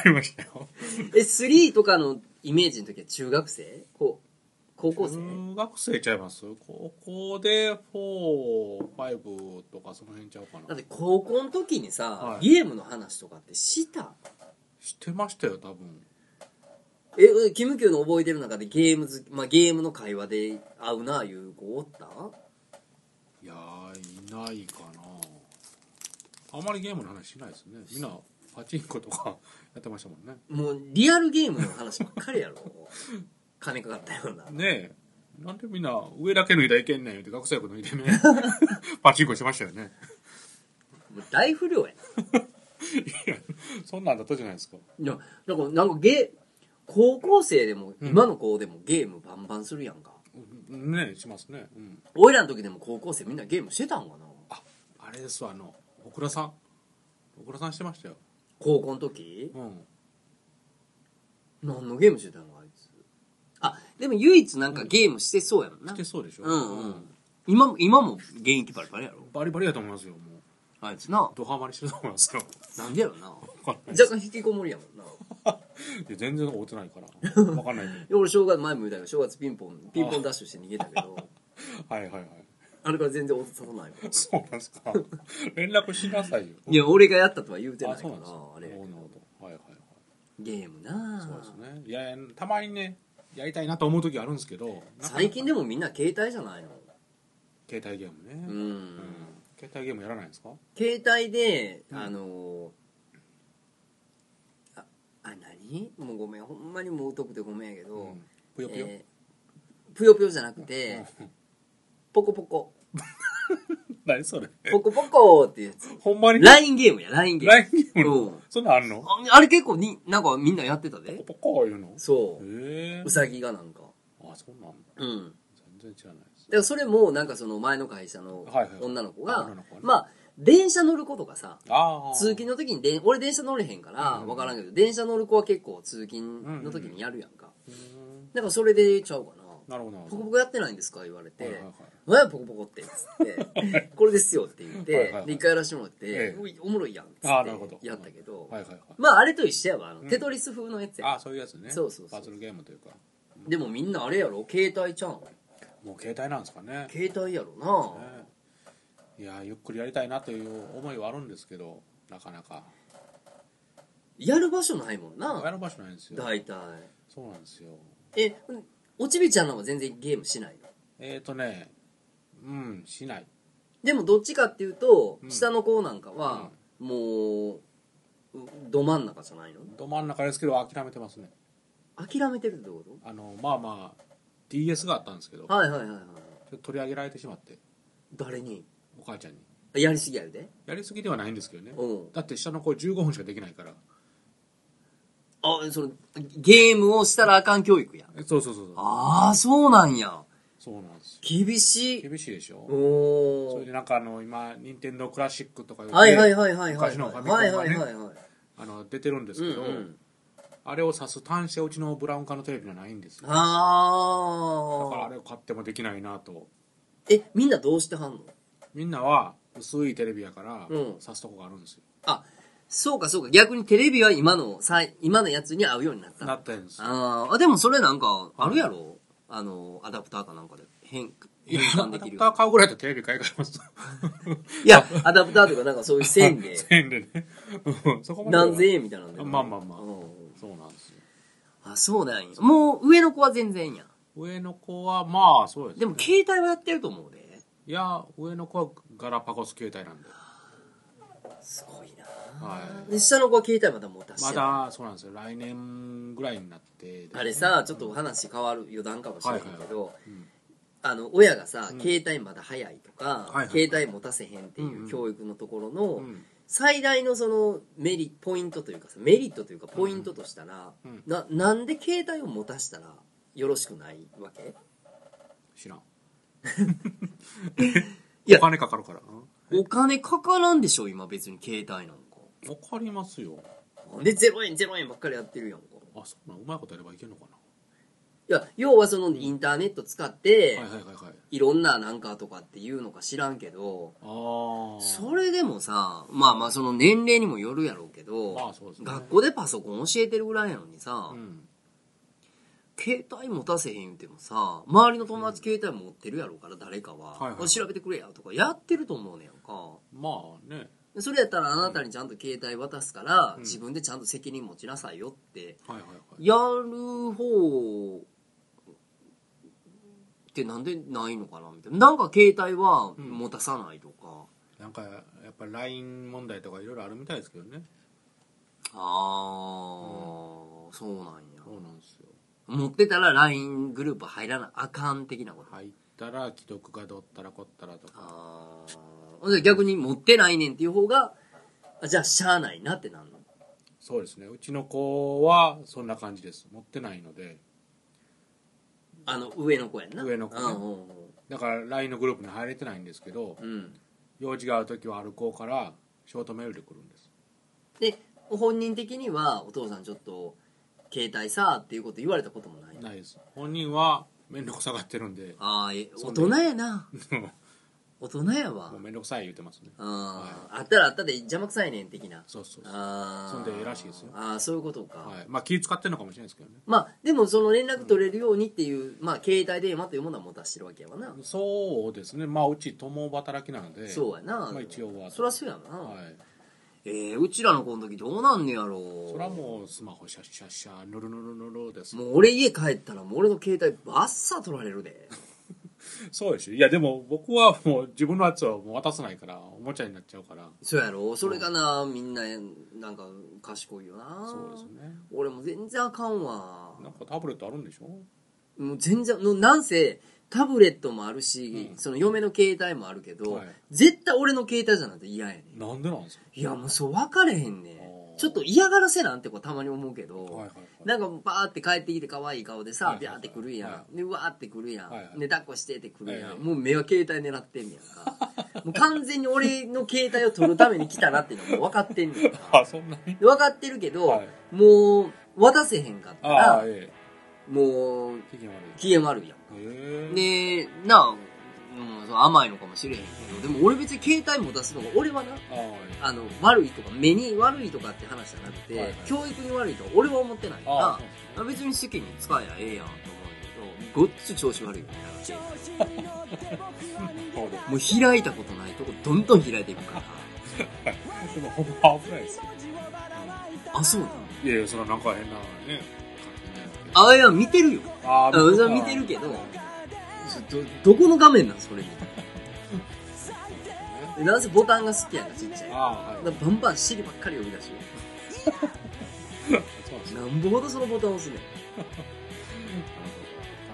Speaker 2: りましたよ。
Speaker 1: え3とかのイメージの時は中学生こう高校生
Speaker 2: 中学生ちゃいます高校で4、5とかその辺ちゃうか
Speaker 1: だっ
Speaker 2: な。
Speaker 1: て高校の時にさ、
Speaker 2: はい
Speaker 1: ゲームの話とかってした
Speaker 2: してましたよ、多分。
Speaker 1: ええキムキューの覚えてる中でゲーム好き、まあ、ゲームの会話で会うなあいう子おった
Speaker 2: いやー、いないかな。あまりゲームの話しないですね。みんな、パチンコとかやってましたもんね。
Speaker 1: もうリアルゲームの話ばっかりやろ 金かかったような
Speaker 2: ねえ。なんでみんな、上だけ脱いだらいけんねん言うて、学生服脱いでね、 パチンコしてましたよね。
Speaker 1: もう大不良や
Speaker 2: いやそんなんだったじゃないですか。
Speaker 1: いやなんかなんかゲ高校生でも、今の子でもゲームバンバンするやんか
Speaker 2: ねしますね、うん、
Speaker 1: 俺らの時でも高校生みんなゲームしてたんかな
Speaker 2: ああれですわあの小倉さん小倉さんしてましたよ、
Speaker 1: 高校の時
Speaker 2: うん、
Speaker 1: 何のゲームしてたのあいつあでも唯一なんかゲームしてそうやもんな
Speaker 2: してそうでしょ、
Speaker 1: うんうん今も今も現役バリバリやろ
Speaker 2: バリバリやと思いますよもう
Speaker 1: あいつな
Speaker 2: ドハマりしてると思います よ
Speaker 1: なんでやろな
Speaker 2: 分かんない
Speaker 1: 若干引きこもりやもんない
Speaker 2: や全然追ってないから分かんないけ
Speaker 1: で俺正月前も言うたけど正月ピンポンピンポンダッシュして逃げたけど
Speaker 2: どはいはいはい
Speaker 1: あれから全然音立たない
Speaker 2: そうなんですか 連絡しなさいよ
Speaker 1: いや、俺がやったとは言うてない
Speaker 2: あ
Speaker 1: か
Speaker 2: そ
Speaker 1: ら
Speaker 2: う
Speaker 1: な
Speaker 2: なんですか
Speaker 1: あれ
Speaker 2: なるほどなるほどはいはいはい
Speaker 1: ゲームな
Speaker 2: そうですねいやいやたまにねやりたいなと思う時あるんですけどなかなか
Speaker 1: 最近でもみんな携帯じゃないの
Speaker 2: 携帯ゲームね、
Speaker 1: うん、
Speaker 2: うん携帯ゲームやらないんですか
Speaker 1: 携帯で、
Speaker 2: うん
Speaker 1: あのーああ何もうごめんほんまにもう疎くてごめんやけど、
Speaker 2: うんぷよぷよ、
Speaker 1: えーぷよぷよじゃなくて、
Speaker 2: うん
Speaker 1: ポコポコ
Speaker 2: 何それ
Speaker 1: ポコポコってやつ。
Speaker 2: ほんまに
Speaker 1: ラインゲームや、ラインゲーム。
Speaker 2: LINE ゲームの
Speaker 1: うん
Speaker 2: そんなんあんの
Speaker 1: ああれ結構に、なんかみんなやってたで。
Speaker 2: ポコいうの
Speaker 1: そ
Speaker 2: へえ
Speaker 1: う。うさぎがなんか。
Speaker 2: あそうなんだ
Speaker 1: うん。
Speaker 2: 全然知らないです
Speaker 1: でそれも、なんかその前の会社の
Speaker 2: はいはい
Speaker 1: 女の子が
Speaker 2: 女の子ね、
Speaker 1: まあ、電車乗る子とかさ、
Speaker 2: ああ
Speaker 1: 通勤の時にでん、俺電車乗れへんから、
Speaker 2: うん
Speaker 1: わからんけど、電車乗る子は結構通勤の時にやるやんか。
Speaker 2: うーん
Speaker 1: だからそれでちゃうかな。
Speaker 2: なるほどなる
Speaker 1: ポコ
Speaker 2: ほど
Speaker 1: ポコやってないんですか言われ
Speaker 2: はいはい
Speaker 1: て
Speaker 2: はい。
Speaker 1: 何やポコポコって。つって、これですよって言っ
Speaker 2: はいはいは
Speaker 1: て
Speaker 2: い、
Speaker 1: で、一回やらしてもらっ
Speaker 2: え
Speaker 1: て
Speaker 2: え、
Speaker 1: おいおもろいやん。つって
Speaker 2: あーなるほど
Speaker 1: やったけど、
Speaker 2: はいはいはい
Speaker 1: まああれと一緒やわ。あの
Speaker 2: うん
Speaker 1: テトリス風のやつや。
Speaker 2: あそういうやつね
Speaker 1: そうそうそう
Speaker 2: パズルゲームというか
Speaker 1: でもみんなあれやろ携帯ちゃうん
Speaker 2: もう携帯なんですかね
Speaker 1: 携帯やろな。
Speaker 2: ねいやゆっくりやりたいなという思いはあるんですけどなかなか
Speaker 1: やる場所ないもん
Speaker 2: や
Speaker 1: な。
Speaker 2: る場所ないんですよ
Speaker 1: 大体。
Speaker 2: そうなんですよ
Speaker 1: え、おちびちゃんの方は全然ゲームしないの
Speaker 2: えーとねうんしない
Speaker 1: でもどっちかっていうと、
Speaker 2: うん
Speaker 1: 下の子なんかは、もううど真ん中じゃないの
Speaker 2: ど真ん中ですけど諦めてますね
Speaker 1: 諦めてるってこ
Speaker 2: あのまあまあ DS があったんですけど
Speaker 1: とはいはいはいはい
Speaker 2: ちょっと取り上げられてしまって
Speaker 1: 誰に
Speaker 2: お母ちゃんに
Speaker 1: やりすぎやるで
Speaker 2: やりすぎではないんですけどね
Speaker 1: うん
Speaker 2: だって下の子15分しかできないから
Speaker 1: あそのゲームをしたらあかん教育や
Speaker 2: えそうそうそうそう
Speaker 1: ああそうなんや
Speaker 2: そうなんですよ
Speaker 1: 厳しい
Speaker 2: 厳しいでしょ
Speaker 1: お
Speaker 2: それ
Speaker 1: お
Speaker 2: でなんかあの今任天堂クラシックとか言って
Speaker 1: はいはいはいはいはい
Speaker 2: 昔のファミコン
Speaker 1: はい
Speaker 2: が
Speaker 1: はい
Speaker 2: ね
Speaker 1: はいはい
Speaker 2: あの出てるんです
Speaker 1: うん
Speaker 2: けど、
Speaker 1: うん
Speaker 2: あれを指す端子はうちのブラウン化のテレビにはないんですよだから
Speaker 1: あ
Speaker 2: あ
Speaker 1: あ
Speaker 2: れを買ってもできないなと
Speaker 1: えみんなどうしてはんの
Speaker 2: みんなは薄いテレビやから
Speaker 1: うん
Speaker 2: 指すとこがあるんですよ、
Speaker 1: あそうかそうか逆にテレビは今のさい今のやつに合うようになった
Speaker 2: なったんですよ
Speaker 1: あーあ、でもそれなんか、あるやろ、あの、アダプターかなんかで変、
Speaker 2: い
Speaker 1: 変
Speaker 2: やア
Speaker 1: 換
Speaker 2: ダ
Speaker 1: でき
Speaker 2: プ
Speaker 1: る
Speaker 2: ター
Speaker 1: よ。
Speaker 2: 買うぐらいだったらテレビ買い替えます
Speaker 1: いや、アダプターとかなんかそういう線 で、
Speaker 2: 1000円でねうんそこまでは
Speaker 1: 何千円みたいなので
Speaker 2: まあまあまあ
Speaker 1: うん
Speaker 2: そうなんですよ
Speaker 1: あ、そうなんや。もう上の子は全然や。
Speaker 2: 上の子はまあそうです、ね、
Speaker 1: でも携帯はやってると思うで。
Speaker 2: いや上の子はガラパゴス携帯なんで、
Speaker 1: すごいな
Speaker 2: は
Speaker 1: で、下の子は携帯まだ持た
Speaker 2: い、
Speaker 1: し
Speaker 2: ま
Speaker 1: てない。
Speaker 2: だそうなんですよ来年ぐらいになってですね
Speaker 1: あれさ、ちょっとお話変わる余談かもしれないけど、
Speaker 2: うん
Speaker 1: あの、親がさ、
Speaker 2: うん
Speaker 1: 携帯まだ早いとか、
Speaker 2: はいはい
Speaker 1: 携帯持たせへんって
Speaker 2: ん
Speaker 1: いううん教育のところの、
Speaker 2: うん
Speaker 1: 最大のそのメリポイントというかさメリットというかポイントとしたら、
Speaker 2: うんうん
Speaker 1: ななんで携帯を持たしたらよろしくないわけ
Speaker 2: 知らん
Speaker 1: いや
Speaker 2: お金かかるから
Speaker 1: お金かからんでしょ今別に携帯なんか
Speaker 2: わかりますよ
Speaker 1: なんで0円0円ばっかりやってるやんか
Speaker 2: あそうなんうまいことやればいけるのかない
Speaker 1: や要はそのインターネット使って、
Speaker 2: はいはいはいはい
Speaker 1: いろんななんかとかっていうのか知らんけど
Speaker 2: ああ
Speaker 1: それでもさまあまあその年齢にもよるやろうけど、
Speaker 2: まあそうですね
Speaker 1: 学校でパソコン教えてるぐらいなのにさ、
Speaker 2: うん
Speaker 1: 携帯持たせへん言うてもさ周りの友達携帯持ってるやろうから誰かは,、
Speaker 2: はいはいはい
Speaker 1: 調べてくれやとかやってると思うねやんか
Speaker 2: まあね
Speaker 1: それやったらあなたにちゃんと携帯渡すから、
Speaker 2: うん
Speaker 1: 自分でちゃんと責任持ちなさいよって
Speaker 2: はいはいはい
Speaker 1: やる方ってなんでないのかなみたいななんか携帯は
Speaker 2: うん
Speaker 1: 持たさないとか、
Speaker 2: なんかやっぱ LINE 問題とかいろいろあるみたいですけどね
Speaker 1: ああ、そうなんや
Speaker 2: そうなんですよ
Speaker 1: 持ってたら LINE グループ入らなあかん的なこと
Speaker 2: 入ったら既読がどったらこったらとか
Speaker 1: ああ。で逆に持ってないねんっていう方が、あじゃあしゃあないなってなるの。
Speaker 2: そうですねうちの子はそんな感じです持ってないので
Speaker 1: あの、上の子やんな。
Speaker 2: 上の子ね
Speaker 1: う
Speaker 2: だから LINE のグループに入れてないんですけど
Speaker 1: んうんうん。うん。
Speaker 2: 用事がある時は歩こうからショートメールで来るんです
Speaker 1: で、本人的には、お父さんちょっと、携帯さっていうこと言われたこともない。
Speaker 2: ないです本人は面倒くさがってるんで
Speaker 1: ああ、え、
Speaker 2: そ
Speaker 1: 大
Speaker 2: うね
Speaker 1: 人やな。
Speaker 2: も
Speaker 1: 大人やわ
Speaker 2: う。面倒くさい言うてますね
Speaker 1: ああ、あったらあったで邪魔くさいねん的な。
Speaker 2: そうそうそう
Speaker 1: ああ。
Speaker 2: そんで偉いしいですよ
Speaker 1: ああ、そういうことか。
Speaker 2: はい、まあ気使ってるのかもしれないですけどね
Speaker 1: まあ、でもその連絡取れるようにっていう、まあ、携帯電話というものは持たしてるわけやわな。
Speaker 2: そうですねまあうち共働きなので
Speaker 1: そうやな。
Speaker 2: まあ一応は
Speaker 1: そらそうやな。
Speaker 2: はい、
Speaker 1: えー、うちらの子の時どうなんねやろ
Speaker 2: それはもうスマホシャッシャッシャヌルヌルヌルです
Speaker 1: もう俺家帰ったらもう俺の携帯バッサ取られるで
Speaker 2: そうですいやでも僕はもう自分のやつはもう渡さないからおもちゃになっちゃうから
Speaker 1: そうやろそれがなみんななんか賢いよな
Speaker 2: そうですね
Speaker 1: 俺も全然あかんわ
Speaker 2: なんかタブレットあるんでしょ
Speaker 1: もう全然のなんせタブレットもあるし、
Speaker 2: うん
Speaker 1: その嫁の携帯もあるけど、
Speaker 2: はい
Speaker 1: 絶対俺の携帯じゃなんて嫌やねん。
Speaker 2: なんでなんですか
Speaker 1: いや、もうそう分かれへんね
Speaker 2: あー
Speaker 1: ん。ちょっと嫌がらせなんてこうたまに思うけど、
Speaker 2: はいはいはい
Speaker 1: なんかバーって帰ってきて可愛い顔で
Speaker 2: はい
Speaker 1: さ、
Speaker 2: はい
Speaker 1: ビ
Speaker 2: は
Speaker 1: ャ
Speaker 2: い
Speaker 1: ーってくるやん。
Speaker 2: は
Speaker 1: で、うわーってくるやん。
Speaker 2: はいはい
Speaker 1: で、抱っこしてってくるやん。
Speaker 2: はいはい
Speaker 1: もう目は携帯狙ってんねやんか。もう完全に俺の携帯を取るために来たなっていうのはもう分かってんねんか。
Speaker 2: あそんなに
Speaker 1: で分かってるけど、
Speaker 2: はい
Speaker 1: もう渡せへんかった
Speaker 2: ああ
Speaker 1: ら、
Speaker 2: え
Speaker 1: もう
Speaker 2: え機嫌悪い
Speaker 1: 機嫌悪いやん。
Speaker 2: へえ
Speaker 1: で、なあ、うん、そう甘いのかもしれへんけど、でも俺別に携帯持たすのが、俺はな、
Speaker 2: ああえ
Speaker 1: あの、悪いとか、目に悪いとかって話じゃなくて、
Speaker 2: はいはい
Speaker 1: 教育に悪いとか俺は思ってない
Speaker 2: え
Speaker 1: から、
Speaker 2: ああ
Speaker 1: まあ別に世間に使えやええやんと思うんだけど、ごっつ調子悪いよね。
Speaker 2: そうです
Speaker 1: もう開いたことないとこどんどん開いていくから。
Speaker 2: でもほんま危ないですよ
Speaker 1: あ、そうなの
Speaker 2: いやいやそれはなんか変なね
Speaker 1: ああ、いや、見てるよ。
Speaker 2: あ
Speaker 1: あ、それは見てるけど、ど、どこの画面なんそ れみたいな。なんせボタンが好きやんか、ちっちゃい。だか
Speaker 2: ああは
Speaker 1: らバンバン尻ばっかり呼び出しよ
Speaker 2: いそうなんですね
Speaker 1: なんぼほどそのボタン押すねん。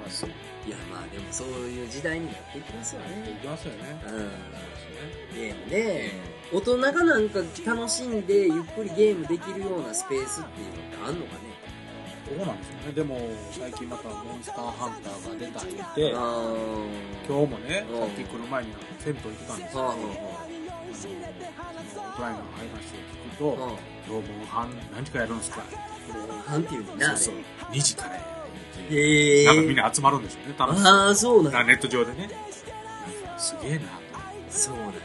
Speaker 2: 楽しそう
Speaker 1: いや、まあでもそういう時代になっていきますよ
Speaker 2: 行
Speaker 1: ね。
Speaker 2: きますよね
Speaker 1: う。
Speaker 2: そうんですね
Speaker 1: ゲームね、大人がなんか楽しんでゆっくりゲームできるようなスペースっていうのってあんのかね
Speaker 2: どうなんですよねでも最近またモンスターハンターが出たりで
Speaker 1: あ
Speaker 2: 今日もね、
Speaker 1: うん
Speaker 2: さっき来る前に銭湯行ってたんで すけど、
Speaker 1: はあは
Speaker 2: あのそのウクライナの話を聞く
Speaker 1: あ
Speaker 2: と、
Speaker 1: はあは
Speaker 2: 今日もう半何時からやるんですか
Speaker 1: あなんていうんだな
Speaker 2: そうそう2時からやるって
Speaker 1: へえ
Speaker 2: なんかみんな集まるんですよね楽しそう
Speaker 1: ああそうなん
Speaker 2: な
Speaker 1: だ
Speaker 2: ネット上でねすげえなと
Speaker 1: そうなんだ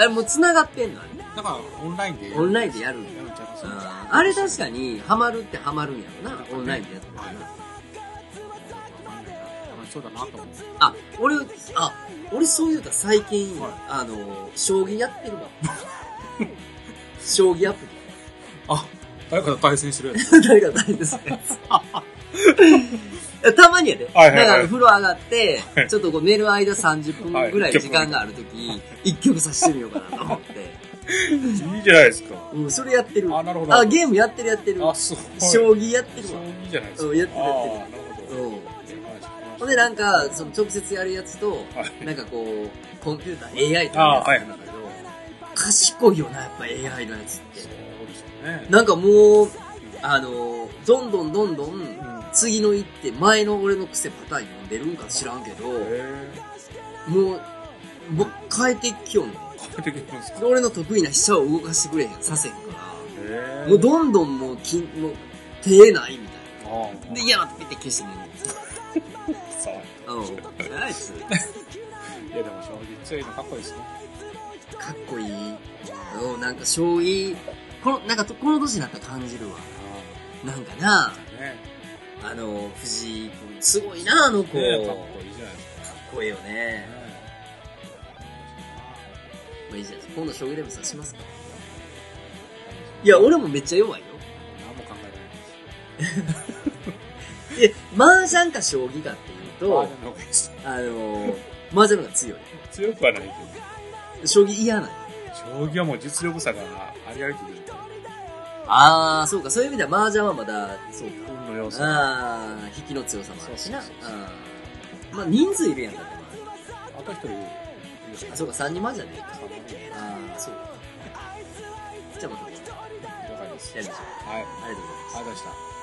Speaker 1: あれもう繋がってんのあれ
Speaker 2: だからオンラインで
Speaker 1: オンラインでやるん
Speaker 2: や
Speaker 1: だ
Speaker 2: るんちゃいます
Speaker 1: あーあれ確かにハマるってハマるんやろなオンラインでやったらな
Speaker 2: 楽しそうだなと思って
Speaker 1: あ俺あ俺そういうか最近、
Speaker 2: はい
Speaker 1: あの将棋や ってるわ将棋アプリ
Speaker 2: あ誰かと対戦してるや つ
Speaker 1: 誰が誰ですかたまにやで。
Speaker 2: はいはいはい
Speaker 1: だから風呂上がって、
Speaker 2: はい
Speaker 1: ちょっとこう寝る間30分ぐら
Speaker 2: はいい
Speaker 1: 時間があるとき、一曲さしてみようかなと思 って。
Speaker 2: いいじゃないですか
Speaker 1: うん、それやってる。
Speaker 2: あなるほど
Speaker 1: あ、ゲームやってるやってる。
Speaker 2: あすごい
Speaker 1: 将棋やってる
Speaker 2: 将
Speaker 1: わ。
Speaker 2: 棋じゃないです
Speaker 1: う
Speaker 2: か
Speaker 1: んやってるやってる
Speaker 2: あーなるほ
Speaker 1: う
Speaker 2: ど
Speaker 1: ん。ほ
Speaker 2: ほ
Speaker 1: んでなんか、
Speaker 2: か、
Speaker 1: その直接やるやつと、
Speaker 2: はい
Speaker 1: なんかこう、コンピューター、AI と
Speaker 2: あ
Speaker 1: か
Speaker 2: ーは
Speaker 1: や
Speaker 2: い
Speaker 1: つなんだけど、賢いよな、やっぱ AI のやつって。
Speaker 2: そうですよね。
Speaker 1: なんかもう、あの、どんどんどんどん、
Speaker 2: うん
Speaker 1: 次の一手、前の俺の癖パターン読んでるんか知らんけど、
Speaker 2: へ
Speaker 1: もう、もう変えてきよんの。
Speaker 2: ー変えてくれるんですか
Speaker 1: で俺の得意な飛車を動かしてくれへん、させへんから。
Speaker 2: へ
Speaker 1: もうどんどんもう、きもう、手ないみたい
Speaker 2: あ
Speaker 1: な。で、嫌なってピッて消してみる。
Speaker 2: さ
Speaker 1: うん。ナイス。
Speaker 2: いや でも将棋強いのかっこいいですね。
Speaker 1: かっこいい。うん、なんか将棋、この、なんかとこの年になったら感じるわ。なんかな、
Speaker 2: ね
Speaker 1: あの、藤井君、すごいな、あの子。
Speaker 2: ねか
Speaker 1: かっ
Speaker 2: っこいいじゃないですか。
Speaker 1: こいいよね。まあいいじゃないですか今度将棋でも指しますかいや、俺もめっちゃ弱いよ。
Speaker 2: 何も考え
Speaker 1: え、麻雀か将棋かっていう
Speaker 2: てな
Speaker 1: と
Speaker 2: いです。、あの方がいいです
Speaker 1: あのー、麻雀の方が強い。
Speaker 2: 強くはないけ
Speaker 1: 将棋嫌なんよ
Speaker 2: ど、将棋はもう実力差がありありというか、
Speaker 1: あー、そうか、そういう意味では麻雀はまだ、そうか。
Speaker 2: 運の要素。あ
Speaker 1: あー、引きの強さもあるしな。あ
Speaker 2: そうそうそう
Speaker 1: ーまあ人数いるやんだって、ま
Speaker 2: と一人いる
Speaker 1: あ。あ、そうか、3人麻雀でいいか。
Speaker 2: 三人で
Speaker 1: あー、そうか。じゃあまた、やりましょう。
Speaker 2: はい。ありが
Speaker 1: ありがとうございます。
Speaker 2: とうございました。